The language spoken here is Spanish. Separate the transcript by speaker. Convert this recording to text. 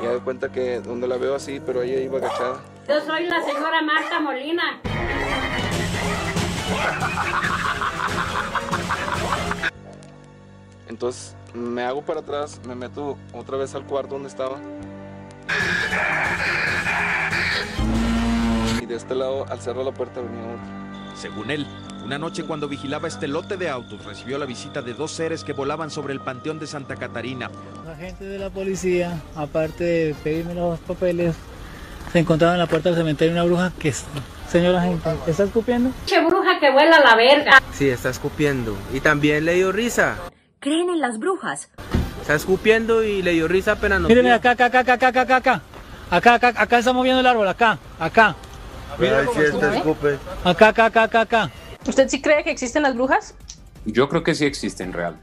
Speaker 1: Y ya de cuenta que donde la veo así, pero ella iba agachada.
Speaker 2: Yo soy la señora Marta Molina.
Speaker 1: Entonces me hago para atrás, me meto otra vez al cuarto donde estaba. Y de este lado, al cerrar la puerta, venía otro.
Speaker 3: Según él, una noche cuando vigilaba este lote de autos, recibió la visita de dos seres que volaban sobre el panteón de Santa Catarina.
Speaker 4: La gente de la policía, aparte de pedirme los papeles, se encontraba en la puerta del cementerio una bruja que, es- señora, ¿está escupiendo?
Speaker 2: Che bruja que vuela la verga.
Speaker 5: Sí, está escupiendo. Y también le dio risa.
Speaker 6: Creen en las brujas.
Speaker 5: Está escupiendo y le dio risa apenas nos
Speaker 4: Mírenle
Speaker 5: vio.
Speaker 4: acá, acá, acá, acá, acá, acá, acá, acá, acá, acá estamos viendo el árbol, acá, acá, acá, acá, acá, acá, acá.
Speaker 7: ¿Usted sí cree que existen las brujas?
Speaker 8: Yo creo que sí existen real.